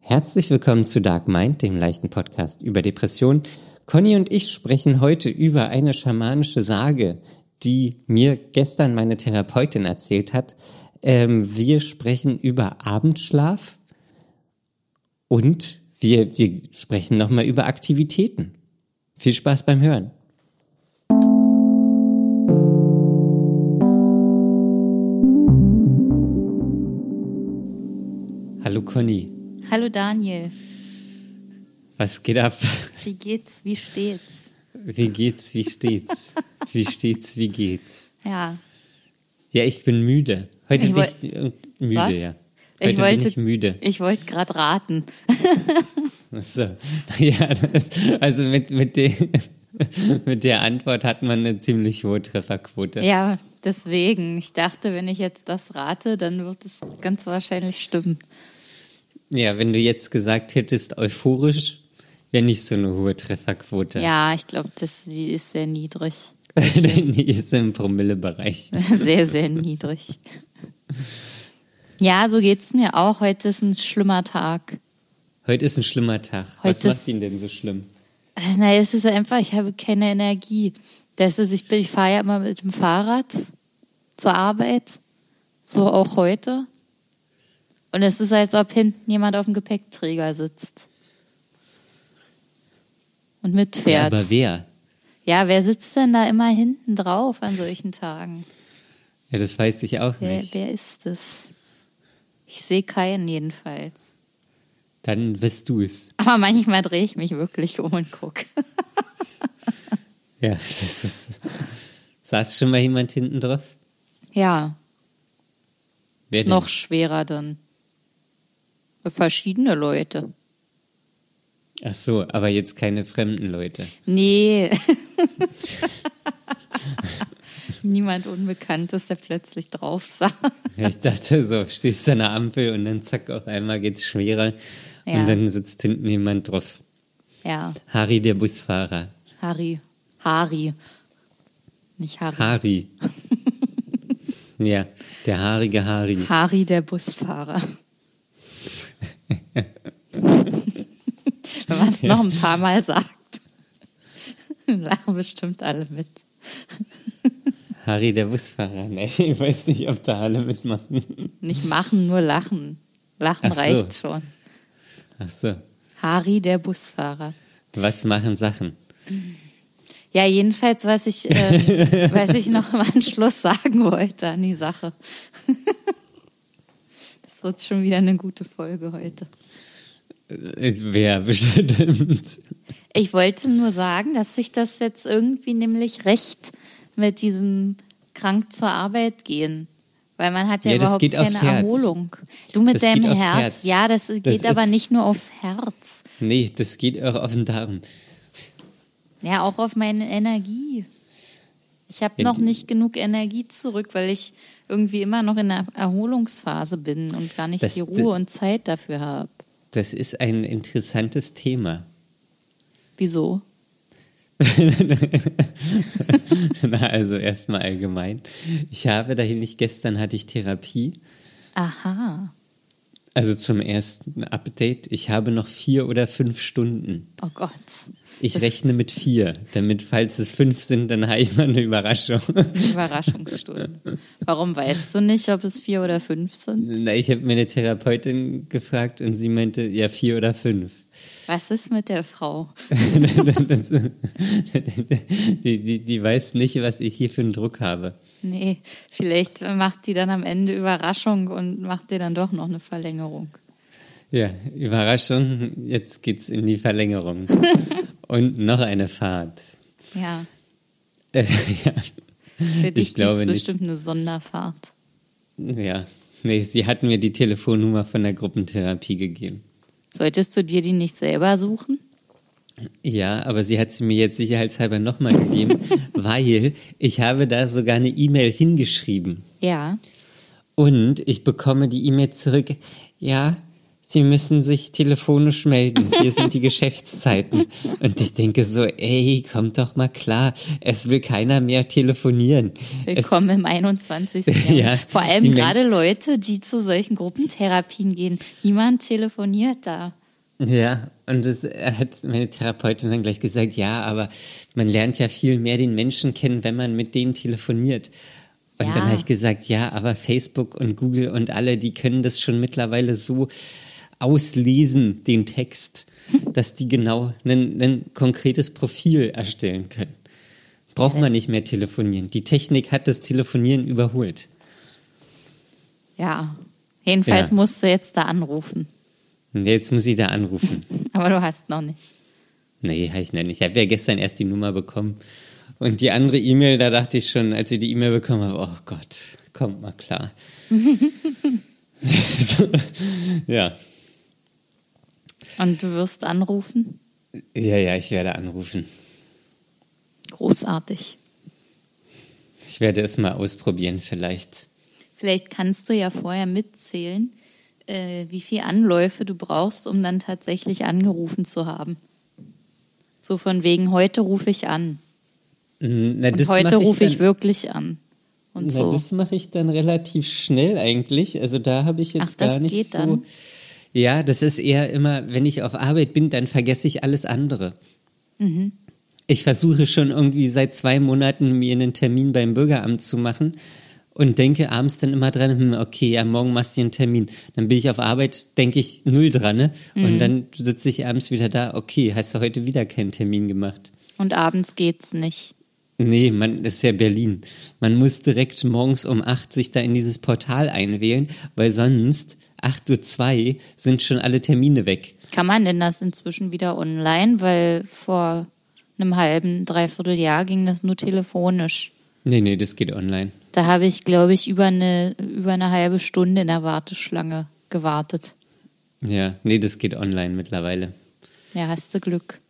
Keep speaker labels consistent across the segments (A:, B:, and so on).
A: Herzlich willkommen zu Dark Mind, dem leichten Podcast über Depressionen. Conny und ich sprechen heute über eine schamanische Sage, die mir gestern meine Therapeutin erzählt hat. Ähm, wir sprechen über Abendschlaf und wir, wir sprechen nochmal über Aktivitäten. Viel Spaß beim Hören. Hallo Conny.
B: Hallo Daniel,
A: Was geht ab?
B: wie geht's, wie steht's?
A: Wie geht's, wie steht's? Wie steht's, wie geht's?
B: Ja,
A: Ja, ich bin müde. Heute
B: Ich
A: bin
B: woll-
A: ich äh, müde,
B: was?
A: ja.
B: Ich
A: Heute bin
B: wollte-
A: ich müde.
B: ich wollte gerade raten.
A: So. Ja, das, also mit, mit, der, mit der Antwort hat man eine ziemlich hohe Trefferquote.
B: Ja, deswegen. Ich dachte, wenn ich jetzt das rate, dann wird es ganz wahrscheinlich stimmen.
A: Ja, wenn du jetzt gesagt hättest, euphorisch, wäre nicht so eine hohe Trefferquote.
B: Ja, ich glaube, sie ist sehr niedrig.
A: Denn die ist im Promillebereich.
B: Sehr, sehr niedrig. Ja, so geht's mir auch. Heute ist ein schlimmer Tag.
A: Heute ist ein schlimmer Tag. Was
B: Heute
A: macht
B: ist-
A: ihn denn so schlimm?
B: Na, Äh, es ist einfach, ich habe keine Energie. Das ist, ich bin, ich fahre ja immer mit dem Fahrrad zur Arbeit, so auch heute. Und es ist, als ob hinten jemand auf dem Gepäckträger sitzt und
A: Ja,
B: mitfährt. Ja,
A: aber wer?
B: wer sitzt denn da immer hinten drauf an solchen Tagen?
A: Ja, das weiß ich auch
B: Wer,
A: nicht.
B: wer ist es? Ich sehe keinen jedenfalls.
A: Dann bist du es.
B: Aber manchmal drehe ich mich wirklich um und gucke.
A: Ja, das ist. Saß schon mal jemand hinten drauf?
B: Ja,
A: Wer
B: ist
A: denn?
B: noch schwerer dann. Verschiedene Leute.
A: Ach so, aber jetzt keine fremden Leute.
B: Nee. Niemand Unbekanntes, der plötzlich drauf sah.
A: Ja, Ich dachte so, stehst an der Ampel und dann zack, auf einmal geht's schwerer
B: Ja.
A: und dann sitzt hinten jemand drauf.
B: Ja,
A: Harry, der Busfahrer.
B: Harry. Harry. Nicht Harry.
A: Harry. ja, der haarige Harry.
B: Harry, der Busfahrer. Wenn man es noch ein paar Mal sagt, lachen bestimmt alle mit.
A: Harry, der Busfahrer. Nee, ich weiß nicht, ob da alle mitmachen.
B: Nicht machen, nur lachen. Lachen
A: Ach so.
B: reicht schon.
A: Ach so.
B: Harry, der Busfahrer.
A: Was machen Sachen?
B: Ja, jedenfalls, was ich, äh, was ich noch im Anschluss sagen wollte an die Sache. Das wird schon wieder eine gute Folge heute.
A: Äh, Wer bestimmt?
B: Ich wollte nur sagen, dass sich das jetzt irgendwie nämlich recht mit diesem krank zur Arbeit gehen. Weil man hat ja,
A: Ja, das
B: überhaupt
A: geht
B: keine
A: aufs Herz.
B: Erholung. Du mit
A: Das geht
B: deinem
A: aufs
B: Herz.
A: Herz.
B: Ja, das geht
A: Das
B: aber
A: ist-
B: nicht nur aufs Herz.
A: Nee, das geht auch auf den Darm.
B: Ja, auch auf meine Energie. Ich habe
A: Ja,
B: noch
A: die-
B: nicht genug Energie zurück, weil ich irgendwie immer noch in der Erholungsphase bin und gar nicht
A: Das-
B: die Ruhe und Zeit dafür habe.
A: Das ist ein interessantes Thema.
B: Wieso?
A: Na, also erstmal allgemein. Ich habe dahin nicht gestern hatte ich Therapie.
B: Aha.
A: Also zum ersten Update. Ich habe noch vier oder fünf Stunden.
B: Oh Gott.
A: Ich
B: das
A: rechne mit vier, damit, falls es fünf sind, dann habe ich noch eine Überraschung.
B: ist eine Überraschungsstunde. Warum weißt du nicht, ob es vier oder fünf sind?
A: Na, ich habe meine Therapeutin gefragt und sie meinte, ja, vier oder fünf.
B: Was ist mit der Frau?
A: das, die, die, die weiß nicht, was ich hier für einen Druck habe.
B: Nee, vielleicht macht die dann am Ende Überraschung und macht dir dann doch noch eine Verlängerung.
A: Ja, Überraschung, jetzt geht's in die Verlängerung. Und noch eine Fahrt.
B: Ja,
A: Äh, ja.
B: für dich gibt
A: glaube
B: es
A: nicht.
B: bestimmt eine Sonderfahrt.
A: ja, nee, sie hat mir die Telefonnummer von der Gruppentherapie gegeben.
B: Solltest du dir die nicht selber suchen?
A: Ja, aber sie hat sie mir jetzt sicherheitshalber nochmal gegeben, weil ich habe da sogar eine E-Mail hingeschrieben.
B: Ja.
A: Und ich bekomme die E-Mail zurück. Ja, Sie müssen sich telefonisch melden. Hier sind die Geschäftszeiten. Und ich denke so, ey, kommt doch mal klar. Es will keiner mehr telefonieren.
B: Willkommen im 21. Jahrhundert.
A: Ja,
B: Vor allem
A: die
B: gerade Leute, die zu solchen Gruppentherapien gehen. Niemand telefoniert da.
A: Es, ja, und es hat meine Therapeutin dann gleich gesagt, ja, aber man lernt ja viel mehr den Menschen kennen, wenn man mit denen telefoniert. Und
B: Ja.
A: dann habe ich gesagt, ja, aber Facebook und Google und alle, die können das schon mittlerweile so auslesen, den Text, dass die genau ein, ein konkretes Profil erstellen können. Braucht man nicht mehr telefonieren. Die Technik hat das Telefonieren überholt.
B: Ja. Jedenfalls
A: Ja.
B: musst du jetzt da anrufen.
A: Und jetzt muss ich da anrufen.
B: Aber du hast noch nicht.
A: Nee, habe ich noch nicht. Ich habe ja gestern erst die Nummer bekommen. Und die andere E-Mail, da dachte ich schon, als ich die E-Mail bekommen habe, oh Gott, kommt mal klar. so, ja.
B: Und du wirst anrufen.
A: Ja, ja, ich werde anrufen.
B: Großartig.
A: Ich werde es mal ausprobieren, vielleicht.
B: Vielleicht kannst du ja vorher mitzählen, äh, wie viele Anläufe du brauchst, um dann tatsächlich angerufen zu haben. So von wegen, heute rufe ich an.
A: Hm, Na,
B: Und
A: das mach
B: heute rufe ich
A: dann-
B: wirklich an. Und
A: Na,
B: so.
A: das mache ich dann relativ schnell eigentlich. Also da habe ich jetzt
B: Ach, das
A: gar nicht
B: geht
A: so.
B: dann?
A: Ja, das ist eher immer, wenn ich auf Arbeit bin, dann vergesse ich alles andere.
B: Mhm.
A: Ich versuche schon irgendwie seit zwei Monaten mir einen Termin beim Bürgeramt zu machen und denke abends dann immer dran, hm, okay, ja, morgen machst du dir einen Termin. Dann bin ich auf Arbeit, denke ich null dran ne?
B: Mhm.
A: und dann sitze ich abends wieder da, okay, hast du heute wieder keinen Termin gemacht.
B: Und abends geht's nicht.
A: Nee, man das ist ja Berlin. Man muss direkt morgens um 8 sich da in dieses Portal einwählen, weil sonst 8.02 Uhr sind schon alle Termine weg.
B: Kann man denn das inzwischen wieder online? Weil vor einem halben, dreiviertel Jahr ging das nur telefonisch.
A: Nee, nee, das geht online.
B: Da habe ich, glaube ich, über eine, über eine halbe Stunde in der Warteschlange gewartet.
A: Ja, nee, das geht online mittlerweile.
B: Ja, hast du Glück.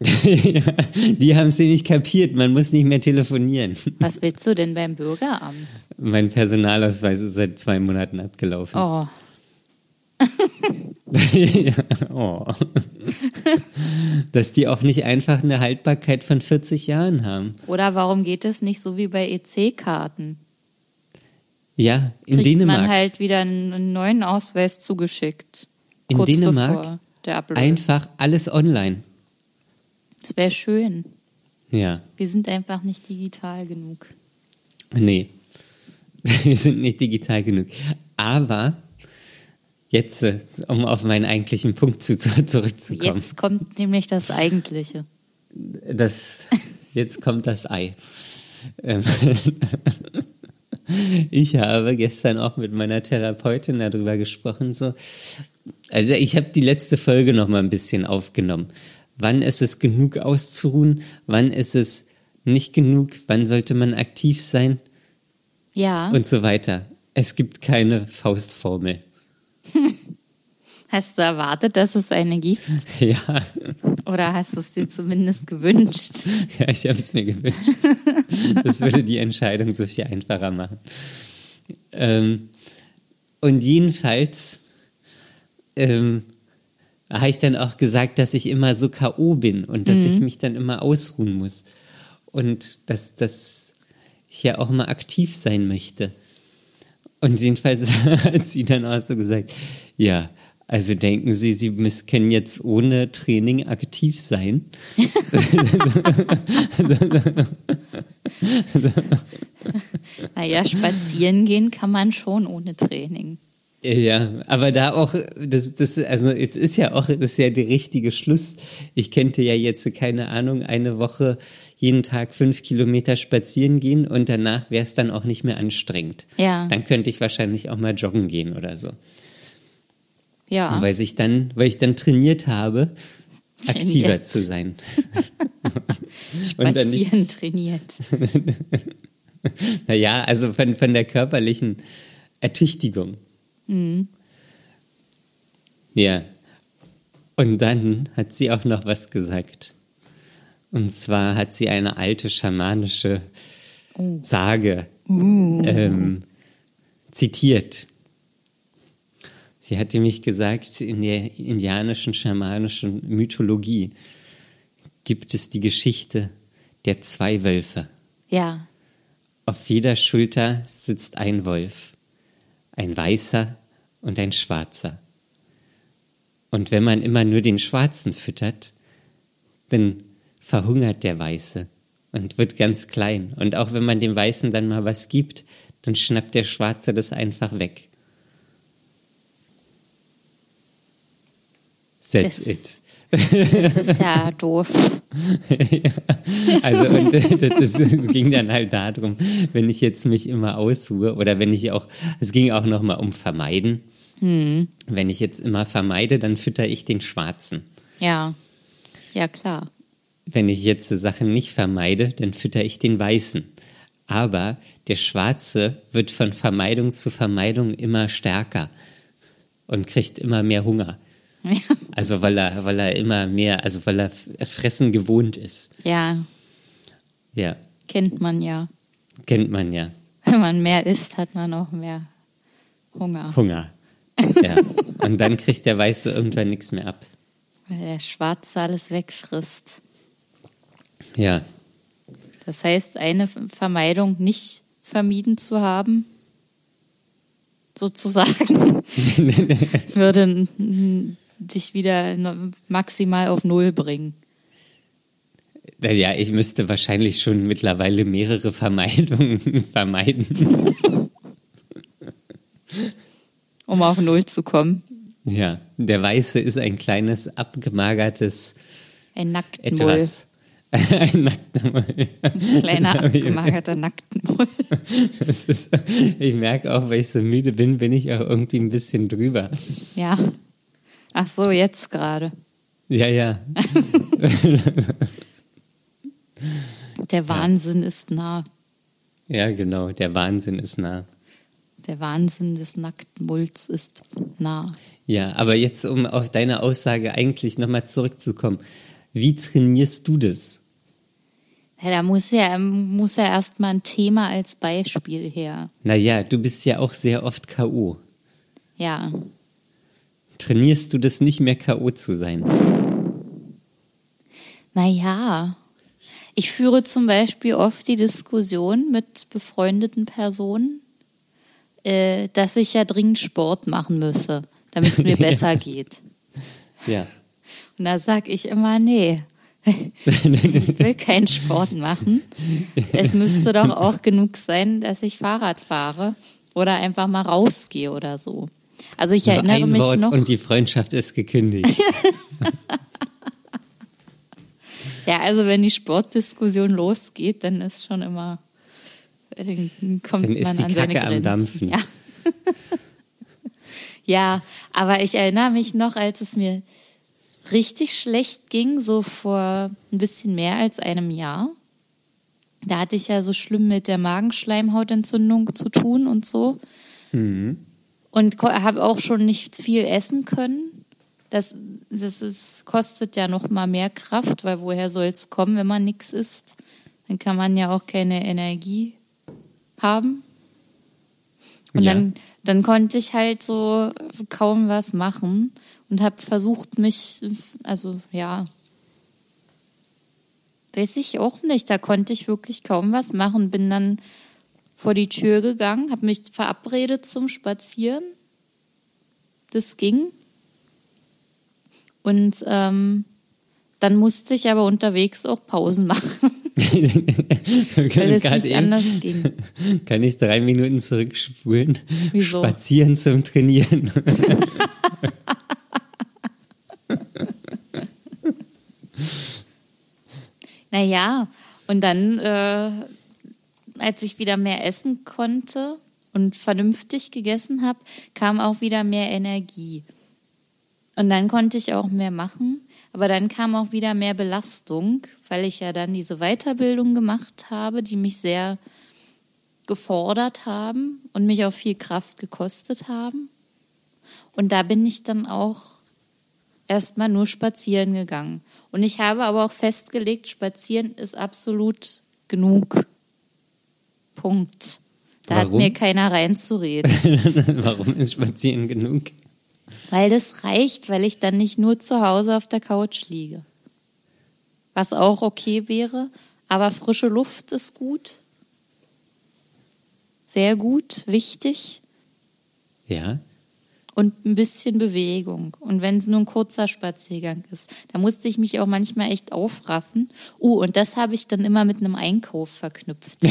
A: Die haben es nicht kapiert, man muss nicht mehr telefonieren.
B: Was willst du denn beim Bürgeramt?
A: Mein Personalausweis ist seit zwei Monaten abgelaufen.
B: Oh,
A: ja, oh. Dass die auch nicht einfach eine Haltbarkeit von 40 Jahren haben.
B: oder warum geht es nicht so wie bei E EC-Karten?
A: Ja, in
B: Kriegt
A: Dänemark.
B: man halt wieder einen neuen Ausweis zugeschickt.
A: In
B: kurz
A: Dänemark
B: bevor der Upload.
A: Einfach alles online.
B: Das wäre schön.
A: Ja,
B: Wir sind einfach nicht digital genug.
A: nee. Wir sind nicht digital genug. Aber jetzt, äh, um auf meinen eigentlichen Punkt zu, zu, zurückzukommen,
B: Jetzt kommt nämlich das Eigentliche.
A: Das, jetzt kommt das Ei. Ähm, Ich habe gestern auch mit meiner Therapeutin darüber gesprochen. So. Also ich habe die letzte Folge noch mal ein bisschen aufgenommen. Wann ist es genug auszuruhen? Wann ist es nicht genug? Wann sollte man aktiv sein?
B: Ja,
A: und so weiter. Es gibt keine Faustformel.
B: hast du erwartet, dass es eine gibt?
A: Ja,
B: Oder hast du es dir zumindest gewünscht?
A: ja ich habe es mir gewünscht. Das würde die Entscheidung so viel einfacher machen. Ähm, und jedenfalls ähm, habe ich dann auch gesagt, dass ich immer so K.O. bin und dass ich mich dann immer ausruhen muss. Und dass, dass ich ja auch mal aktiv sein möchte. Und jedenfalls hat sie dann auch so gesagt, ja, also denken Sie, Sie müssen, können jetzt ohne Training aktiv sein.
B: Naja, spazieren gehen kann man schon ohne Training.
A: Ja, aber da auch, das, das, also es ist ja auch, das ist ja der richtige Schluss. Ich könnte ja jetzt, keine Ahnung, eine Woche jeden Tag fünf Kilometer spazieren gehen und danach wäre es dann auch nicht mehr anstrengend.
B: Ja.
A: Dann könnte ich wahrscheinlich auch mal joggen gehen oder so.
B: Ja,
A: Weil ich dann, weil ich dann trainiert habe, aktiver
B: Trainiert.
A: zu sein. und dann nicht,
B: spazieren trainiert.
A: naja, also von, von der körperlichen Ertüchtigung. Ja. Und dann hat sie auch noch was gesagt. Und zwar hat sie eine alte schamanische Sage ähm, zitiert. Sie hatte mich gesagt, in der indianischen schamanischen Mythologie gibt es die Geschichte der zwei Wölfe.
B: Ja,
A: Auf jeder Schulter sitzt ein Wolf, ein weißer und ein schwarzer. Und wenn man immer nur den Schwarzen füttert, dann verhungert der Weiße und wird ganz klein. Und auch wenn man dem Weißen dann mal was gibt, dann schnappt der Schwarze das einfach weg. That's
B: Das-
A: it.
B: das ist ja doof.
A: Also und äh, das, das ging dann halt darum, wenn ich jetzt mich immer ausruhe oder wenn ich auch, es ging auch nochmal um Vermeiden. Wenn ich jetzt immer vermeide, dann fütter ich den Schwarzen.
B: Ja, ja klar.
A: Wenn ich jetzt so Sachen nicht vermeide, dann fütter ich den Weißen. Aber der Schwarze wird von Vermeidung zu Vermeidung immer stärker und kriegt immer mehr Hunger. Also weil er, weil er immer mehr, also weil er f- fressen gewohnt ist.
B: Ja,
A: Ja,
B: kennt man ja.
A: kennt man ja.
B: Wenn man mehr isst, hat man auch mehr Hunger,
A: Hunger. Ja. Und dann kriegt der Weiße irgendwann nichts mehr ab.
B: weil der Schwarze alles wegfrisst.
A: Ja,
B: Das heißt, eine Vermeidung nicht vermieden zu haben, sozusagen, würde mm, dich wieder no- maximal auf Null bringen.
A: naja, ich müsste wahrscheinlich schon mittlerweile mehrere Vermeidungen vermeiden.
B: Um auf Null zu kommen.
A: Ja, der Weiße ist ein kleines, abgemagertes
B: Ein Nacktmull.
A: Etwas. Ein nackter Mull.
B: Kleiner, abgemagerter Nacktmull.
A: Das ist, ich merke auch, weil ich so müde bin, bin ich auch irgendwie ein bisschen drüber.
B: Ja. Ach so, jetzt gerade.
A: Ja, ja,
B: Der Wahnsinn ist nah.
A: ja, genau. Der Wahnsinn ist nah.
B: Der Wahnsinn des Nacktmulls ist nah.
A: Ja, aber jetzt, um auf deine Aussage eigentlich nochmal zurückzukommen. Wie trainierst du das?
B: Ja, da muss ja, muss ja erstmal ein Thema als Beispiel her.
A: Naja, du bist ja auch sehr oft K.O.
B: Ja,
A: Trainierst du das nicht mehr K.O. zu sein?
B: Naja, ich führe zum Beispiel oft die Diskussion mit befreundeten Personen, äh, dass ich ja dringend Sport machen müsse, damit es mir besser geht.
A: Ja.
B: Und da sag ich immer, nee, ich will keinen Sport machen. Es müsste doch auch genug sein, dass ich Fahrrad fahre oder einfach mal rausgehe oder so. Also ich
A: Nur
B: erinnere
A: ein
B: mich
A: Wort
B: noch.
A: und die Freundschaft ist gekündigt.
B: Ja, also wenn die Sportdiskussion losgeht, dann ist schon immer, dann kommt
A: Dann ist
B: man
A: die
B: an seine
A: Kacke am
B: Grenzen.
A: Dampfen.
B: Ja. ja, aber ich erinnere mich noch, als es mir richtig schlecht ging, so vor ein bisschen mehr als einem Jahr. Da hatte ich ja so schlimm mit der Magenschleimhautentzündung zu tun und so. Und ko- habe auch schon nicht viel essen können. Das, das ist, kostet ja noch mal mehr Kraft, weil woher soll es kommen, wenn man nichts isst? Dann kann man ja auch keine Energie haben. Und
A: Ja.
B: dann, dann konnte ich halt so kaum was machen und habe versucht, mich, also ja, weiß ich auch nicht, da konnte ich wirklich kaum was machen, bin dann vor die Tür gegangen, habe mich verabredet zum Spazieren. Das ging. Und ähm, dann musste ich aber unterwegs auch Pausen machen, weil es
A: Gerade
B: nicht
A: eben
B: anders ging.
A: kann ich drei Minuten zurückspulen.
B: Wieso?
A: Spazieren zum Trainieren.
B: Naja, und dann, äh, als ich wieder mehr essen konnte und vernünftig gegessen habe, kam auch wieder mehr Energie. Und dann konnte ich auch mehr machen, aber dann kam auch wieder mehr Belastung, weil ich ja dann diese Weiterbildung gemacht habe, die mich sehr gefordert haben und mich auch viel Kraft gekostet haben. Und da bin ich dann auch erstmal nur spazieren gegangen. Und ich habe aber auch festgelegt, spazieren ist absolut genug. Punkt. Da
A: Warum?
B: hat mir keiner reinzureden.
A: Warum ist Spazieren genug?
B: Weil das reicht, weil ich dann nicht nur zu Hause auf der Couch liege. Was auch okay wäre, aber frische Luft ist gut. Sehr gut, wichtig.
A: Ja.
B: Und ein bisschen Bewegung. Und wenn es nur ein kurzer Spaziergang ist, da musste ich mich auch manchmal echt aufraffen. Uh, und das habe ich dann immer mit einem Einkauf verknüpft.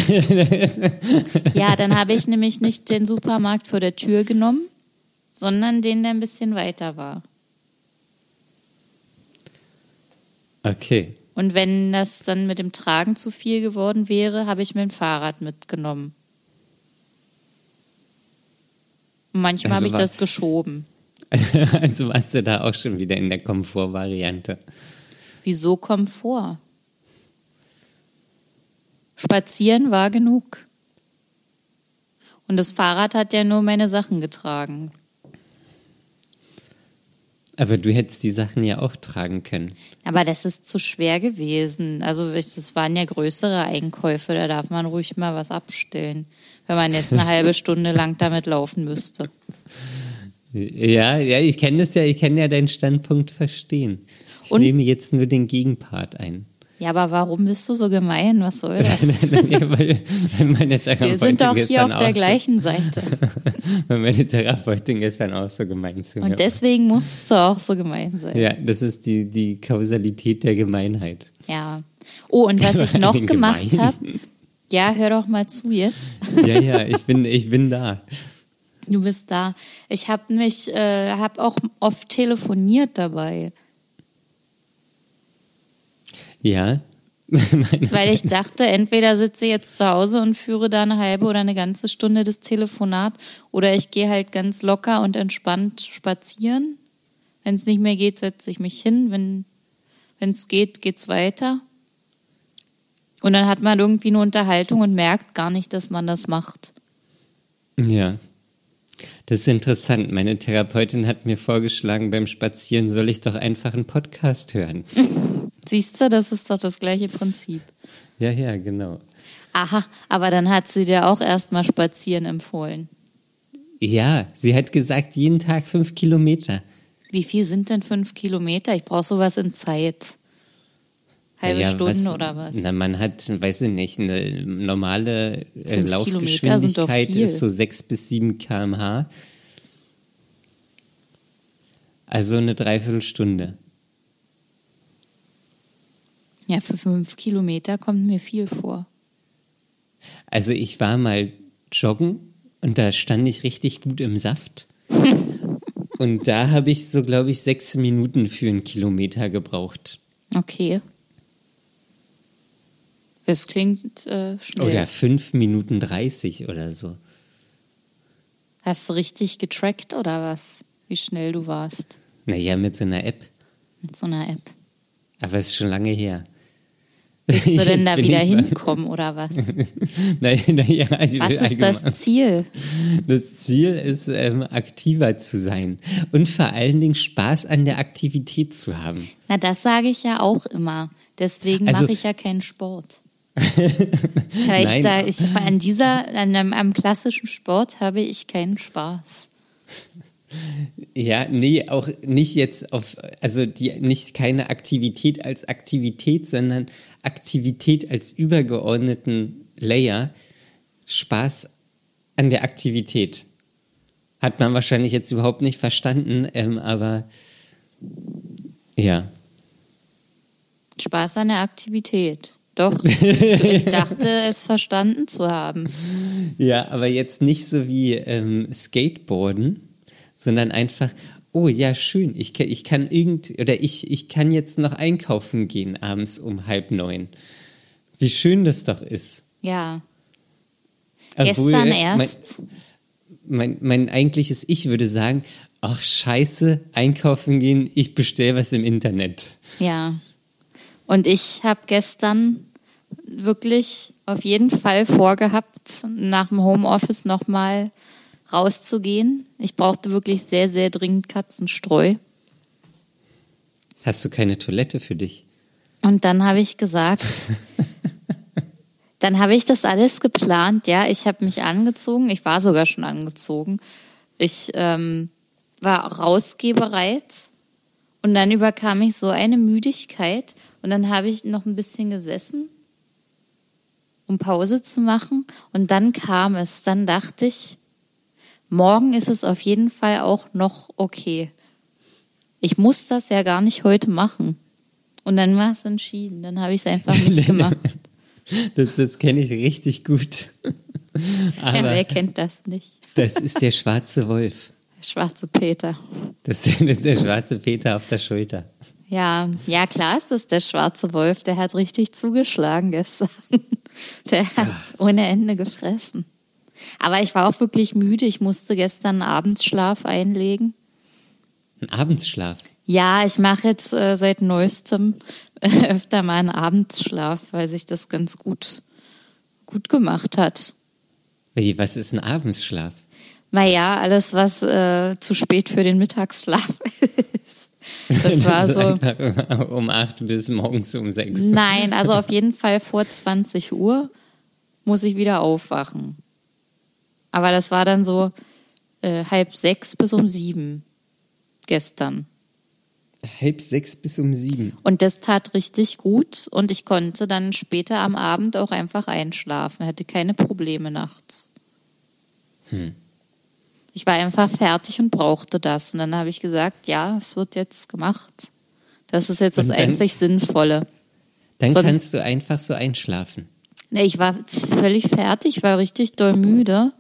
B: ja, dann habe ich nämlich nicht den Supermarkt vor der Tür genommen, sondern den, der ein bisschen weiter war.
A: Okay.
B: Und wenn das dann mit dem Tragen zu viel geworden wäre, habe ich mein Fahrrad mitgenommen. Und manchmal
A: Also
B: habe ich
A: war-
B: das geschoben.
A: Also warst du da auch schon wieder in der Komfortvariante.
B: Wieso Komfort? Spazieren war genug. Und das Fahrrad hat ja nur meine Sachen getragen.
A: Aber du hättest die Sachen ja auch tragen können.
B: Aber das ist zu schwer gewesen. Also ich- das waren ja größere Einkäufe, da darf man ruhig mal was abstellen, wenn man jetzt eine halbe Stunde lang damit laufen müsste.
A: Ja, ja, ich kenne das ja, ich kann ja deinen Standpunkt verstehen. Ich
B: Und-
A: nehme jetzt nur den Gegenpart ein.
B: Ja, aber warum bist du so gemein? Was soll das?
A: Ja, weil, weil meine
B: Wir
A: Therapeutin
B: sind doch hier
A: gestern
B: auf der
A: auch
B: gleichen Seite.
A: So, weil meine Therapeutin gestern auch so gemein zu mir
B: Und deswegen musst du auch so gemein sein.
A: war. Ja, das ist die, die Kausalität der Gemeinheit.
B: Ja. Oh, und was ich noch
A: Gemein.
B: gemacht habe, ja, hör doch mal zu jetzt.
A: Ja, ja, ich bin, ich bin da.
B: Du bist da. Ich habe mich, äh, habe auch oft telefoniert dabei,
A: Ja. Meine-
B: weil ich dachte, entweder sitze ich jetzt zu Hause und führe da eine halbe oder eine ganze Stunde das Telefonat oder ich gehe halt ganz locker und entspannt spazieren. Wenn es nicht mehr geht, setze ich mich hin. Wenn es geht, geht's weiter. Und dann hat man irgendwie eine Unterhaltung und merkt gar nicht, dass man das macht.
A: Ja. Das ist interessant. Meine Therapeutin hat mir vorgeschlagen, beim Spazieren soll ich doch einfach einen Podcast hören.
B: Mhm. Siehst du, das ist doch das gleiche Prinzip.
A: Ja, ja, genau.
B: Aha, aber dann hat sie dir auch erstmal spazieren empfohlen.
A: Ja, sie hat gesagt, jeden Tag fünf Kilometer.
B: Wie viel sind denn fünf Kilometer? Ich brauche sowas in Zeit. Halbe
A: Ja,
B: Stunde oder was?
A: Na, man hat, weiß ich nicht, eine normale äh,
B: Fünf Kilometer sind doch
A: Laufgeschwindigkeit
B: viel.
A: ist so sechs bis sieben km/h. Also eine Dreiviertelstunde.
B: ja, für fünf Kilometer kommt mir viel vor.
A: Also ich war mal joggen und da stand ich richtig gut im Saft. und da habe ich so, glaube ich, sechs Minuten für einen Kilometer gebraucht.
B: Okay. Das klingt äh, schnell.
A: Oder fünf Minuten dreißig oder so.
B: Hast du richtig getrackt oder was? Wie schnell du warst
A: Naja, mit so einer App.
B: mit so einer App.
A: Aber es ist schon lange her.
B: Willst du denn
A: Jetzt
B: da
A: bin
B: wieder
A: ich-
B: hinkommen oder was?
A: Naja, naja, also
B: Was ist das
A: allgemein-
B: Ziel?
A: das Ziel ist, ähm, aktiver zu sein und vor allen Dingen Spaß an der Aktivität zu haben.
B: Na, das sage ich ja auch immer.
A: Hm.
B: Deswegen
A: Also-
B: mache ich ja keinen Sport. Weil ich
A: Nein.
B: da, ich, an dieser, an einem, am klassischen Sport habe ich keinen Spaß.
A: Ja, nee, auch nicht jetzt auf, also die, nicht keine Aktivität als Aktivität, sondern Aktivität als übergeordneten Layer. Spaß an der Aktivität. Hat man wahrscheinlich jetzt überhaupt nicht verstanden, ähm, aber ja.
B: Spaß an der Aktivität. Doch, ich, ich dachte, es verstanden zu haben.
A: Ja, aber jetzt nicht so wie ähm, Skateboarden, sondern einfach, oh ja, schön, ich, ke- ich kann irgend oder ich, ich kann jetzt noch einkaufen gehen abends um halb neun. Wie schön das doch ist.
B: Ja.
A: Obwohl,
B: Gestern
A: äh,
B: erst.
A: Mein, mein, mein eigentliches Ich würde sagen, ach scheiße, einkaufen gehen, ich bestelle was im Internet.
B: Ja. Und ich habe gestern wirklich auf jeden Fall vorgehabt, nach dem Homeoffice nochmal rauszugehen. Ich brauchte wirklich sehr, sehr dringend Katzenstreu.
A: Hast du keine Toilette für dich?
B: Und dann habe ich gesagt, dann habe ich das alles geplant. Ja, ich habe mich angezogen. Ich war sogar schon angezogen. Ich ähm, war rausgebereizt und dann überkam mich so eine Müdigkeit und dann habe ich noch ein bisschen gesessen, um Pause zu machen und dann kam es, dann dachte ich, morgen ist es auf jeden Fall auch noch okay. Ich muss das ja gar nicht heute machen. Und dann war es entschieden, dann habe ich es einfach nicht gemacht.
A: Das, das kenne ich richtig gut.
B: ja,
A: Aber
B: wer kennt das nicht?
A: das ist der schwarze Wolf.
B: Schwarze Peter.
A: Das ist, das ist der schwarze Peter auf der Schulter.
B: Ja, ja, klar ist das der schwarze Wolf. Der hat richtig zugeschlagen gestern. Der hat ohne Ende gefressen. Aber ich war auch wirklich müde. Ich musste gestern Abendsschlaf einlegen.
A: Ein Abendsschlaf.
B: Ja, ich mache jetzt äh, seit neuestem äh, öfter mal einen Abendsschlaf, weil sich das ganz gut, gut gemacht hat.
A: Wie, was ist ein Abendsschlaf?
B: Naja, alles, was äh, zu spät für den Mittagsschlaf ist. Das war
A: ist
B: so.
A: einfach Um acht bis morgens um sechs.
B: Nein, also auf jeden Fall vor 20 Uhr muss ich wieder aufwachen. Aber das war dann so äh, halb sechs bis um sieben gestern.
A: Halb sechs bis um sieben.
B: Und das tat richtig gut und ich konnte dann später am Abend auch einfach einschlafen, hatte keine Probleme nachts.
A: Hm.
B: Ich war einfach fertig und brauchte das. Und dann habe ich gesagt, ja, es wird jetzt gemacht. Das ist jetzt das
A: Und dann-
B: einzig Sinnvolle.
A: Dann
B: Son-
A: kannst du einfach so einschlafen.
B: Nee, ich war völlig fertig, war richtig doll müde.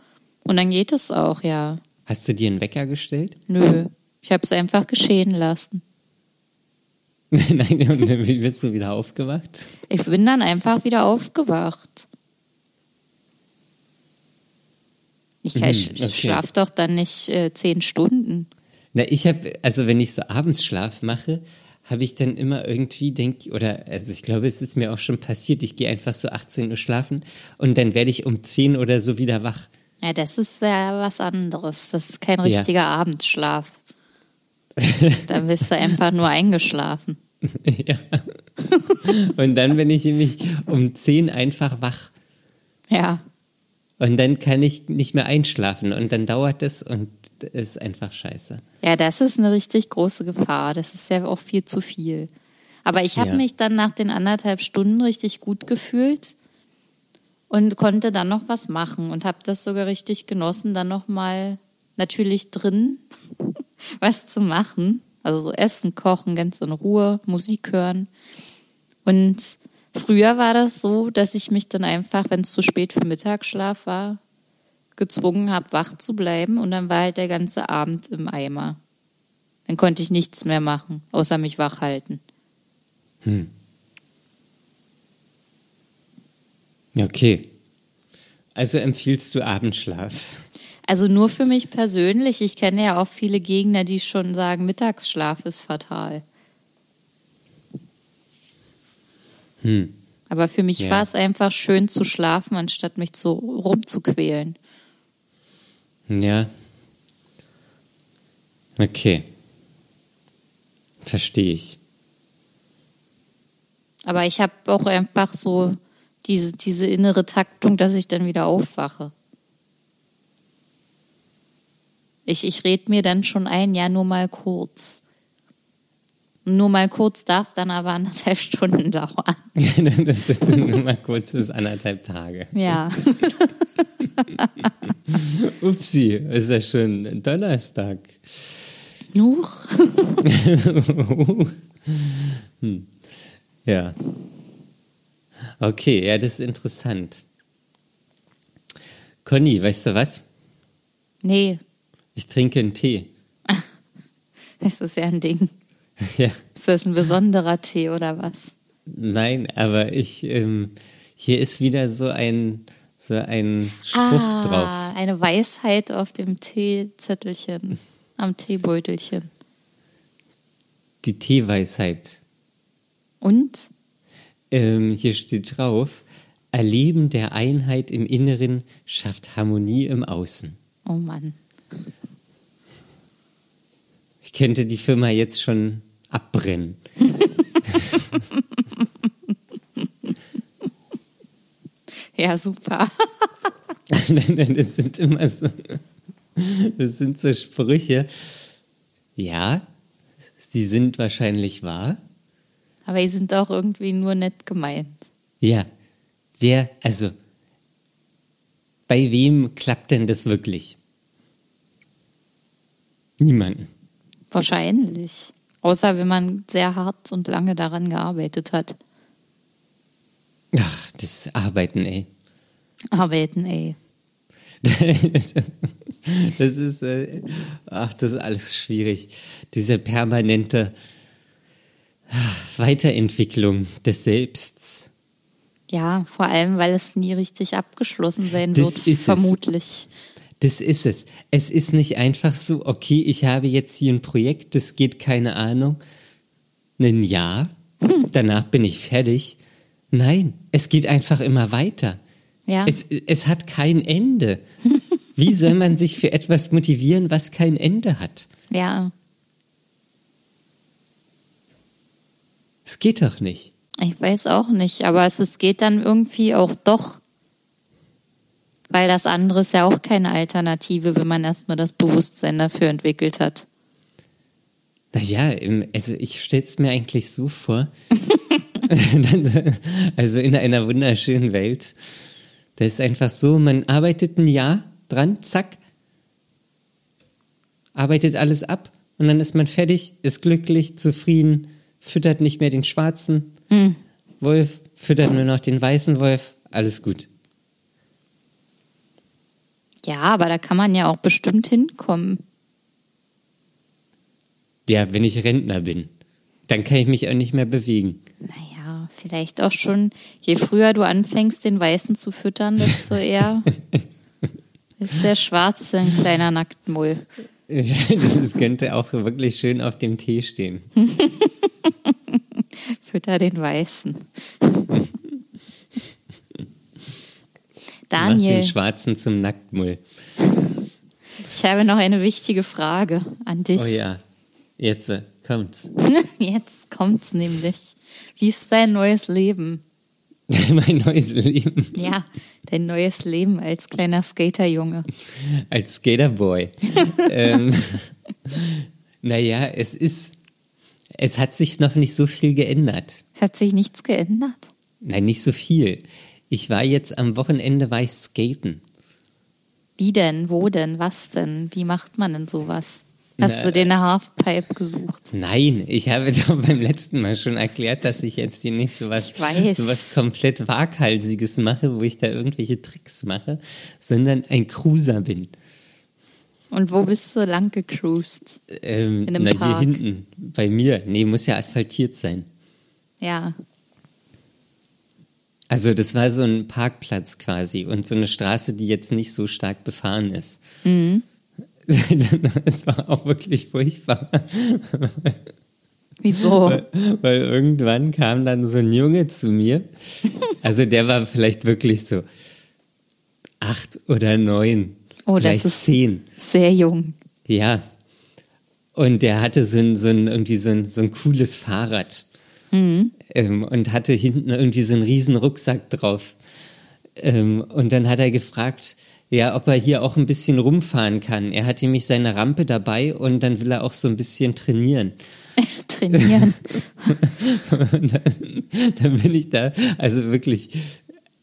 B: Und dann geht es auch, ja.
A: Hast du dir einen Wecker gestellt?
B: Nö. Ich habe es einfach geschehen lassen.
A: Nein, und dann wie bist du wieder aufgewacht?
B: Ich bin dann einfach wieder aufgewacht. Ich kann,
A: Mhm,
B: ich
A: okay.
B: schlaf doch dann nicht äh, zehn Stunden.
A: Na, ich habe, also wenn ich so Abendsschlaf mache, habe ich dann immer irgendwie denk oder also ich glaube, es ist mir auch schon passiert, ich gehe einfach so 18 Uhr schlafen und dann werde ich um 10 oder so wieder wach.
B: Ja, das ist ja was anderes. Das ist kein richtiger Abendschlaf. dann bist du einfach nur eingeschlafen.
A: ja. Und dann bin ich nämlich um 10 einfach wach
B: Ja.
A: und dann kann ich nicht mehr einschlafen und dann dauert es und ist einfach scheiße.
B: Ja, das ist eine richtig große Gefahr. Das ist ja auch viel zu viel. Aber ich habe
A: Ja.
B: mich dann nach den anderthalb Stunden richtig gut gefühlt und konnte dann noch was machen und habe das sogar richtig genossen, dann noch mal natürlich drin was zu machen. Also so Essen, Kochen, ganz in Ruhe, Musik hören. Und früher war das so, dass ich mich dann einfach, wenn es zu spät für Mittagsschlaf war, gezwungen habe, wach zu bleiben und dann war halt der ganze Abend im Eimer. Dann konnte ich nichts mehr machen, außer mich wach halten.
A: Okay. Also empfiehlst du Abendschlaf?
B: Also nur für mich persönlich, ich kenne ja auch viele Gegner, die schon sagen, Mittagsschlaf ist fatal.
A: Hm.
B: Aber für mich
A: Ja.
B: war es einfach schön zu schlafen, anstatt mich zu, rumzuquälen.
A: Ja. Okay. Verstehe ich.
B: Aber ich habe auch einfach so diese, diese innere Taktung, dass ich dann wieder aufwache. Ich, ich rede mir dann schon ein, ja, nur mal kurz. Nur mal kurz darf dann aber anderthalb Stunden dauern.
A: das ist nur mal kurz, das ist anderthalb Tage.
B: Ja.
A: Upsi, ist ja schon Donnerstag.
B: Huch.
A: hm. Ja. Okay, ja, das ist interessant. Conny, weißt du was?
B: Nee,
A: Ich trinke einen Tee.
B: das ist ja ein Ding.
A: ja.
B: Ist das ein besonderer Tee oder was?
A: Nein, aber ich, ähm, hier ist wieder so ein, so ein Spruch drauf.
B: ah, eine Weisheit auf dem Teezettelchen, am Teebeutelchen.
A: Die Teeweisheit.
B: Und?
A: Ähm, hier steht drauf, Erleben der Einheit im Inneren schafft Harmonie im Außen.
B: Oh Mann.
A: Ich könnte die Firma jetzt schon abbrennen.
B: Ja, super.
A: Nein, nein, das sind immer so, das sind so Sprüche, Ja, sie sind wahrscheinlich wahr.
B: Aber die sind auch irgendwie nur nett gemeint.
A: Ja, wer, also, bei wem klappt denn das wirklich? Niemanden.
B: Wahrscheinlich. Außer wenn man sehr hart und lange daran gearbeitet hat.
A: Ach, das Arbeiten, ey.
B: Arbeiten, ey.
A: Das, das ist, äh, ach, das ist alles schwierig. Diese permanente ach, Weiterentwicklung des Selbsts.
B: Ja, vor allem, weil es nie richtig abgeschlossen sein
A: Das ist
B: wird,
A: es.
B: vermutlich.
A: Das ist es. Es ist nicht einfach so, okay, ich habe jetzt hier ein Projekt, das geht keine Ahnung, ein Jahr, danach bin ich fertig. Nein, es geht einfach immer weiter.
B: Ja.
A: Es, es hat kein Ende. Wie soll man sich für etwas motivieren, was kein Ende hat?
B: Ja,
A: Es geht doch nicht.
B: ich weiß auch nicht, aber es, es geht dann irgendwie auch doch. Weil das andere ist ja auch keine Alternative, wenn man erstmal das Bewusstsein dafür entwickelt hat.
A: Naja, im, also ich stelle es mir eigentlich so vor. also in einer wunderschönen Welt. Da ist einfach so, man arbeitet ein Jahr dran, zack, arbeitet alles ab und dann ist man fertig, ist glücklich, zufrieden, füttert nicht mehr den schwarzen Wolf, füttert nur noch den weißen Wolf, alles gut.
B: Ja, aber da kann man ja auch bestimmt hinkommen.
A: Ja, wenn ich Rentner bin, dann kann ich mich auch nicht mehr bewegen.
B: Naja, vielleicht auch schon, je früher du anfängst, den Weißen zu füttern, desto eher ist der Schwarze ein kleiner Nacktmull.
A: Ja, das könnte auch wirklich schön auf dem Tee stehen.
B: Fütter den Weißen. Daniel,
A: Mach den Schwarzen zum Nacktmull.
B: ich habe noch eine wichtige Frage an dich.
A: Oh ja, jetzt äh, kommt's.
B: Jetzt kommt's nämlich. Wie ist dein neues Leben?
A: mein neues Leben
B: Ja, dein neues Leben als kleiner Skaterjunge.
A: als Skaterboy. ähm, naja, es ist, es hat sich noch nicht so viel geändert.
B: Es hat sich nichts geändert.
A: Nein, nicht so viel. Ich war jetzt am Wochenende war ich skaten.
B: Wie denn? Wo denn? Was denn? Wie macht man denn sowas? Hast
A: Na, äh,
B: du dir eine Halfpipe gesucht?
A: Nein, ich habe doch beim letzten Mal schon erklärt, dass ich jetzt hier nicht so was,
B: Ich weiß.
A: so was komplett Waghalsiges mache, wo ich da irgendwelche Tricks mache, sondern ein Cruiser bin.
B: Und wo bist du lang gecruised?
A: Ähm,
B: In einem
A: na,
B: Park.
A: hier hinten, bei mir. Nee, muss ja asphaltiert sein.
B: Ja,
A: Also das war so ein Parkplatz quasi und so eine Straße, die jetzt nicht so stark befahren ist.
B: Mhm.
A: Es war auch wirklich furchtbar,
B: wieso?
A: Äh, weil irgendwann kam dann so ein Junge zu mir. Also der war vielleicht wirklich so acht oder neun,
B: Oh, das
A: vielleicht
B: ist-
A: zehn.
B: Sehr jung.
A: Ja. Und der hatte so ein, so ein, irgendwie so ein, so ein cooles Fahrrad. Ähm, und hatte hinten irgendwie so einen riesen Rucksack drauf. Ähm, und dann hat er gefragt, ja, ob er hier auch ein bisschen rumfahren kann. Er hat nämlich seine Rampe dabei und dann will er auch so ein bisschen trainieren.
B: Trainieren.
A: Und dann, dann bin ich da, also wirklich,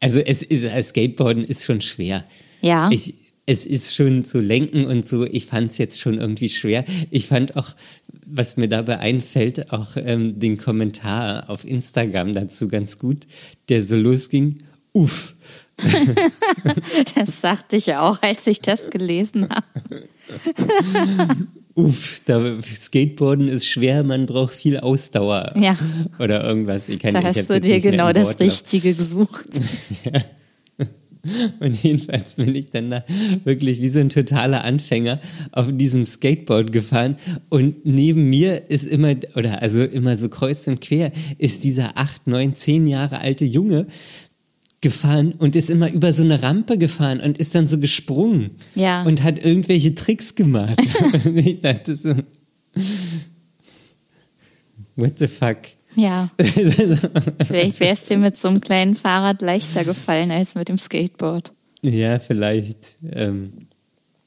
A: also es ist, Skateboarden ist schon schwer.
B: Ja.
A: Ich, es ist schon so lenken und so, ich fand es jetzt schon irgendwie schwer. Ich fand auch, was mir dabei einfällt, auch ähm, den Kommentar auf Instagram dazu ganz gut, der so losging, uff.
B: Das sagte ich ja auch, als ich das gelesen habe.
A: Uff, da, Skateboarden ist schwer, man braucht viel Ausdauer.
B: Ja.
A: Oder irgendwas. Ich kann,
B: Da
A: ich hab's
B: hast du
A: jetzt
B: dir
A: nicht mehr
B: genau
A: im
B: das
A: Wortlaut.
B: Richtige gesucht.
A: Und jedenfalls bin ich dann da wirklich wie so ein totaler Anfänger auf diesem Skateboard gefahren. Und neben mir ist immer, oder also immer so kreuz und quer, ist dieser acht, neun, zehn Jahre alte Junge gefahren und ist immer über so eine Rampe gefahren und ist dann so gesprungen.
B: Ja.
A: Und hat irgendwelche Tricks gemacht. und ich dachte so, what the fuck?
B: Ja, vielleicht wäre es dir mit so einem kleinen Fahrrad leichter gefallen als mit dem Skateboard.
A: ja, vielleicht. Ähm,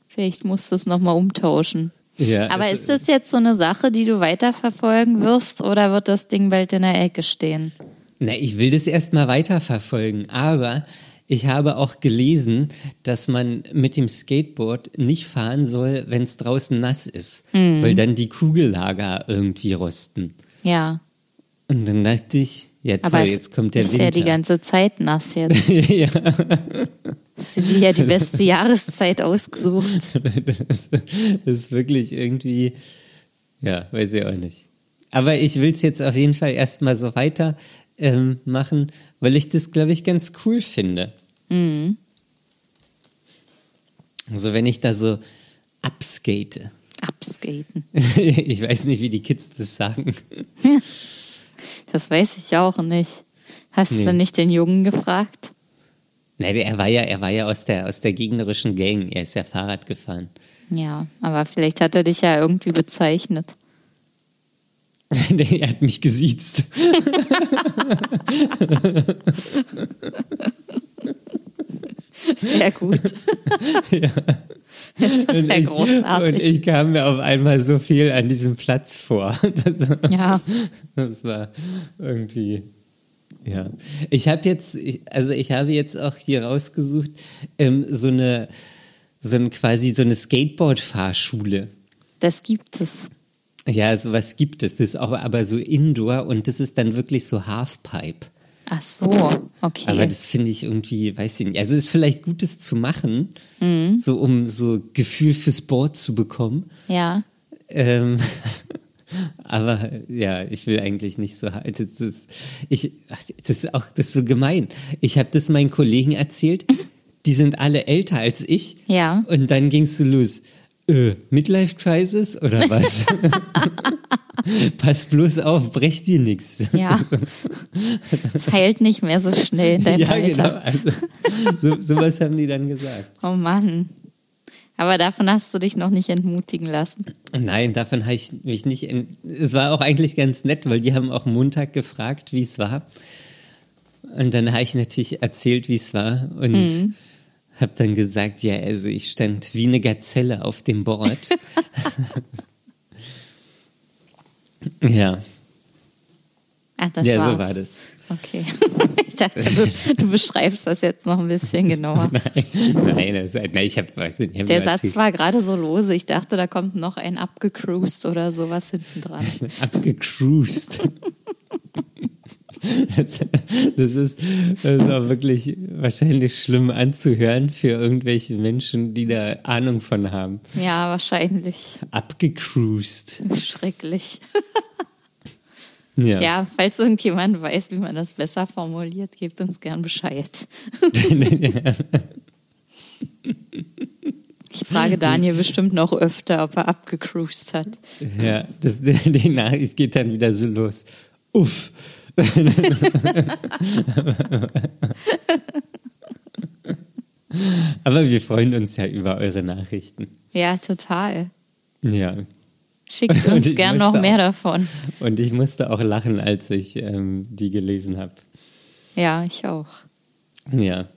B: Vielleicht musst du es nochmal umtauschen.
A: Ja, also
B: Aber
A: es-
B: ist das jetzt so eine Sache, die du weiterverfolgen wirst oder wird das Ding bald in der Ecke stehen?
A: Na, ich will das erstmal weiterverfolgen, aber ich habe auch gelesen, dass man mit dem Skateboard nicht fahren soll, wenn es draußen nass ist,
B: Mhm.
A: weil dann die Kugellager irgendwie rosten.
B: Ja.
A: Und dann dachte ich, ja toll,
B: Aber es
A: jetzt kommt der
B: ist
A: Winter.
B: ja die ganze Zeit nass jetzt.
A: ja,
B: Das ist ja die beste Jahreszeit ausgesucht.
A: das ist wirklich irgendwie, ja, weiß ich auch nicht. Aber ich will es jetzt auf jeden Fall erstmal so weiter ähm, machen, weil ich das, glaube ich, ganz cool finde. Also wenn ich da so abskate.
B: Abskaten.
A: ich weiß nicht, wie die Kids das sagen.
B: Das weiß ich auch nicht. Hast
A: Nee.
B: du nicht den Jungen gefragt?
A: Nein, er war ja, er war ja aus der, aus der gegnerischen Gang. Er ist ja Fahrrad gefahren.
B: Ja, aber vielleicht hat er dich ja irgendwie bezeichnet.
A: er hat mich gesiezt.
B: Sehr gut. Das ist ja
A: ich,
B: großartig.
A: und ich kam mir auf einmal so viel an diesem Platz vor. Das,
B: Ja.
A: das war irgendwie. Ja. Ich habe jetzt, ich, also ich habe jetzt auch hier rausgesucht, ähm, so eine, so ein, quasi so eine Skateboard-Fahrschule.
B: Das gibt es.
A: Ja, sowas gibt es. Das ist auch aber so Indoor und das ist dann wirklich so Halfpipe.
B: Ach so, okay.
A: Aber das finde ich irgendwie, weiß ich nicht. Also es ist vielleicht Gutes zu machen,
B: Mhm.
A: so um so Gefühl für Sport zu bekommen.
B: ja.
A: Ähm, aber ja, ich will eigentlich nicht so. Das ist, ich, ach, das ist auch das ist so gemein. Ich habe das meinen Kollegen erzählt. Die sind alle älter als ich.
B: Mhm. Ja.
A: Und dann gingst du los. Äh, Midlife Crisis oder was? Pass bloß auf, brech dir nichts.
B: Ja. Es heilt nicht mehr so schnell in deinem
A: Ja,
B: Alter.
A: genau. Also, so, sowas haben die dann gesagt.
B: Oh Mann. Aber davon hast du dich noch nicht entmutigen lassen.
A: Nein, davon habe ich mich nicht. ent- Es war auch eigentlich ganz nett, weil die haben auch Montag gefragt, wie es war. Und dann habe ich natürlich erzählt, wie es war. Und
B: Mhm.
A: habe dann gesagt, ja, also ich stand wie eine Gazelle auf dem Board. ja,
B: Ach, das
A: ja,
B: war's.
A: so war das.
B: Okay. Ich dachte, du, du beschreibst das jetzt noch ein bisschen genauer.
A: Nein, nein, das, nein ich habe weiß nicht. Ich hab
B: Der
A: nur
B: Satz
A: erzählt.
B: war gerade so lose. Ich dachte, da kommt noch ein abgecruised oder sowas hinten dran.
A: abgecruised. Das, das, ist, das ist auch wirklich wahrscheinlich schlimm anzuhören für irgendwelche Menschen, die da Ahnung von haben.
B: Ja, wahrscheinlich.
A: Abgecruised.
B: Schrecklich.
A: Ja.
B: Ja, falls irgendjemand weiß, wie man das besser formuliert, gebt uns gern Bescheid. Ich frage Daniel bestimmt noch öfter, ob er abgecruised hat.
A: ja das, die Nachricht geht dann wieder so los. Uff. Aber wir freuen uns ja über eure Nachrichten.
B: Ja, total.
A: Ja.
B: Schickt
A: Und
B: uns
A: ich
B: gern
A: möchte
B: noch
A: auch-
B: mehr davon.
A: Und ich musste auch lachen, als ich ähm, die gelesen habe.
B: Ja, ich auch.
A: Ja.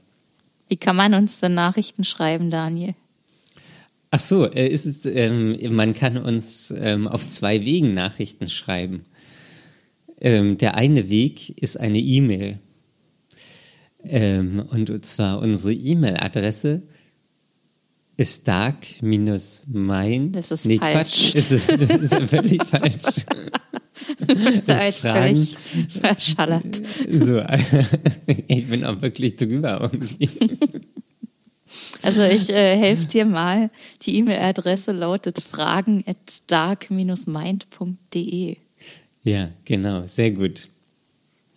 B: Wie kann man uns denn Nachrichten schreiben, Daniel?
A: Ach so, äh, ist es, ähm, man kann uns ähm, auf zwei Wegen Nachrichten schreiben. Ähm, der eine Weg ist eine E-Mail. Ähm, und zwar unsere E-Mail-Adresse ist dark-mein.
B: Das ist falsch.
A: Quatsch. Ist, ist, ist völlig falsch.
B: Ist
A: Das
B: halt
A: Fragen-
B: völlig verschallert.
A: So, ich bin auch wirklich drüber irgendwie.
B: Also ich äh, helfe dir mal. Die E-Mail-Adresse lautet fragen at dark-mind.de.
A: Ja, genau, sehr gut.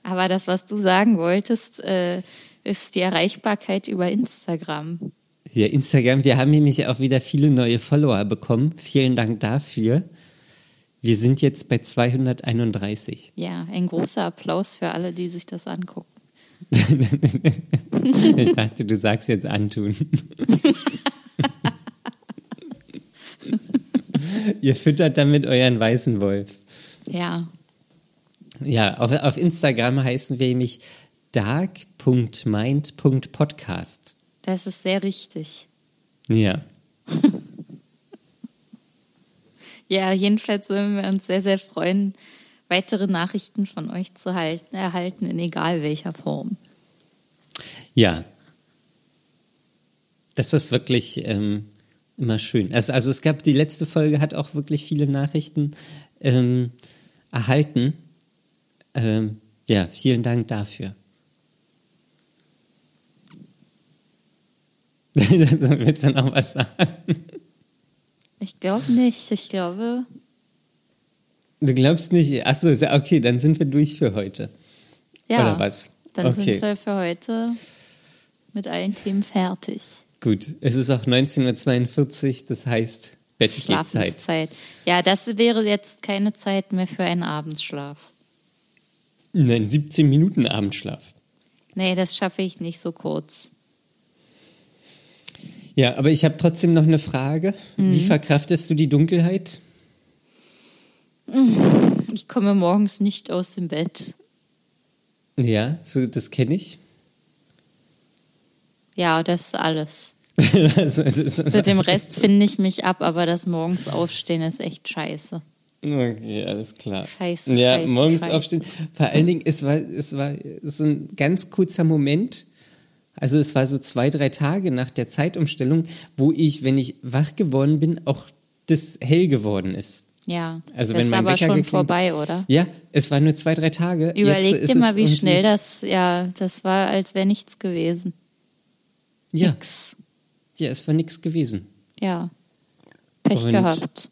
B: Aber das, was du sagen wolltest, äh, ist die Erreichbarkeit über Instagram.
A: Ja, Instagram, wir haben nämlich auch wieder viele neue Follower bekommen. Vielen Dank dafür. Wir sind jetzt bei 231.
B: Ja, ein großer Applaus für alle, die sich das angucken.
A: ich dachte, du sagst jetzt antun. Ihr füttert damit euren weißen Wolf.
B: Ja,
A: Ja, auf, auf Instagram heißen wir nämlich dark.mind.podcast.
B: das ist sehr richtig.
A: Ja.
B: Ja, jedenfalls würden wir uns sehr, sehr freuen, weitere Nachrichten von euch zu halten, erhalten, in egal welcher Form.
A: Ja. Das ist wirklich ähm, immer schön. Also, also es gab, die letzte Folge hat auch wirklich viele Nachrichten ähm, erhalten. Ähm, ja, vielen Dank dafür. Willst du noch was sagen?
B: Ich glaube nicht. Ich glaube,
A: Du glaubst nicht, achso, ist ja okay, dann sind wir durch für heute.
B: ja.
A: Oder was?
B: Dann
A: okay.
B: sind wir für heute mit allen Themen fertig.
A: Gut, es ist auch 19.42 Uhr, das heißt Bettgehzeit.
B: Schlafenszeit. Ja, das wäre jetzt keine Zeit mehr für einen Abendschlaf.
A: Nein, 17 Minuten Abendschlaf.
B: Nee, das schaffe ich nicht so kurz.
A: Ja, aber ich habe trotzdem noch eine Frage.
B: Mhm.
A: Wie verkraftest du die Dunkelheit?
B: Ich komme morgens nicht aus dem Bett.
A: Ja, so, das kenne ich.
B: Ja, das ist alles.
A: das, Also, das, das,
B: Mit dem Rest finde ich mich ab, aber das morgens aufstehen ist echt scheiße.
A: Okay, alles klar.
B: Scheiße,
A: Ja,
B: scheiße,
A: morgens
B: scheiße.
A: aufstehen. Vor allen Dingen, es war, es war so ein ganz kurzer Moment. Also es war so zwei, drei Tage nach der Zeitumstellung, wo ich, wenn ich wach geworden bin, auch das hell geworden ist.
B: Ja,
A: Also
B: das
A: wenn
B: ist
A: mein
B: aber
A: Wecker
B: schon
A: geklingelt-
B: vorbei, oder?
A: Ja, es waren nur zwei, drei Tage. Jetzt
B: Überleg
A: ist
B: dir mal,
A: es
B: wie
A: irgendwie-
B: schnell das, ja, das war, als wäre nichts gewesen.
A: Ja,
B: Nix.
A: ja, es war nichts gewesen.
B: Ja. Pech
A: Und-
B: gehabt.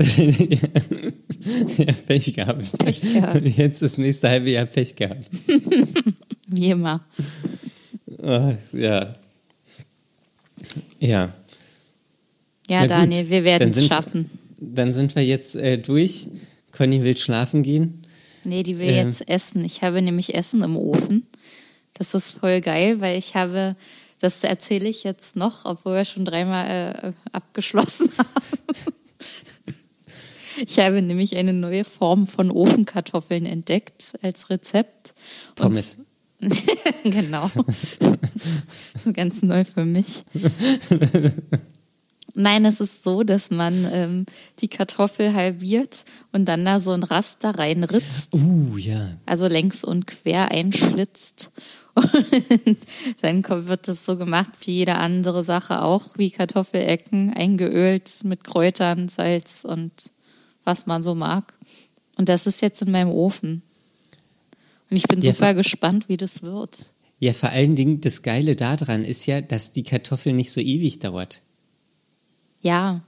A: ja, Pech gehabt.
B: Pech gehabt.
A: Jetzt das nächste halbe Jahr Pech gehabt.
B: Wie immer.
A: Ah, ja. Ja.
B: Ja,
A: Na gut,
B: Daniel, wir werden
A: dann
B: es
A: sind-
B: schaffen.
A: Dann sind wir jetzt äh, durch. Conny will schlafen gehen.
B: Nee, die will
A: Ähm.
B: jetzt essen. Ich habe nämlich Essen im Ofen. Das ist voll geil, weil ich habe, das erzähle ich jetzt noch, obwohl wir schon dreimal äh, abgeschlossen haben. Ich habe nämlich eine neue Form von Ofenkartoffeln entdeckt als Rezept. Und
A: Pommes.
B: z- genau. Ganz neu für mich. Nein, es ist so, dass man ähm, die Kartoffel halbiert und dann da so ein Raster reinritzt
A: Uh, ja.
B: also längs und quer einschlitzt. Und dann kommt, wird das so gemacht wie jede andere Sache auch, wie Kartoffelecken, eingeölt mit Kräutern, Salz und was man so mag. Und das ist jetzt in meinem Ofen. Und ich bin
A: Ja,
B: super gespannt, wie das wird.
A: Ja, vor allen Dingen, das Geile daran ist ja, dass die Kartoffel nicht so ewig dauert.
B: Ja.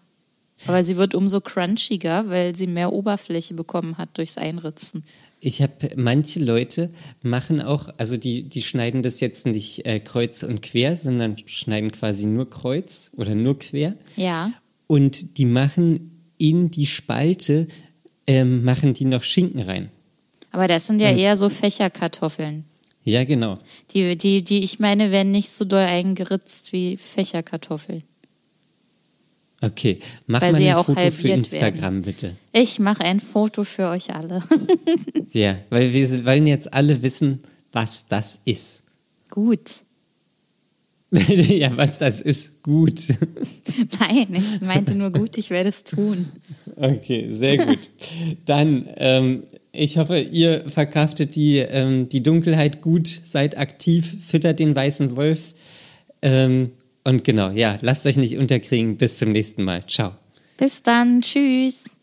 B: Aber sie wird umso crunchiger, weil sie mehr Oberfläche bekommen hat durchs Einritzen.
A: Ich habe, manche Leute machen auch, also die, die schneiden das jetzt nicht äh, kreuz und quer, sondern schneiden quasi nur kreuz oder nur quer.
B: Ja.
A: Und die machen in die Spalte, ähm, machen die noch Schinken rein.
B: Aber das sind ja eher so Fächerkartoffeln.
A: Ja, genau.
B: Die, die, die, ich meine, werden nicht so doll eingeritzt wie Fächerkartoffeln.
A: Okay, mach
B: Weil
A: mal
B: sie
A: ein
B: ja auch
A: Foto für
B: halbiert
A: Instagram, bitte.
B: Ich mache ein Foto für euch alle.
A: Ja, weil wir wollen jetzt alle wissen, was das ist.
B: Gut.
A: ja, was das ist, gut.
B: Nein, ich meinte nur gut, ich werde es tun.
A: Okay, sehr gut. Dann, ähm, ich hoffe, ihr verkraftet die, ähm, die Dunkelheit gut, seid aktiv, füttert den weißen Wolf. Ähm, und genau, ja, lasst euch nicht unterkriegen. Bis zum nächsten Mal. Ciao.
B: Bis dann. Tschüss.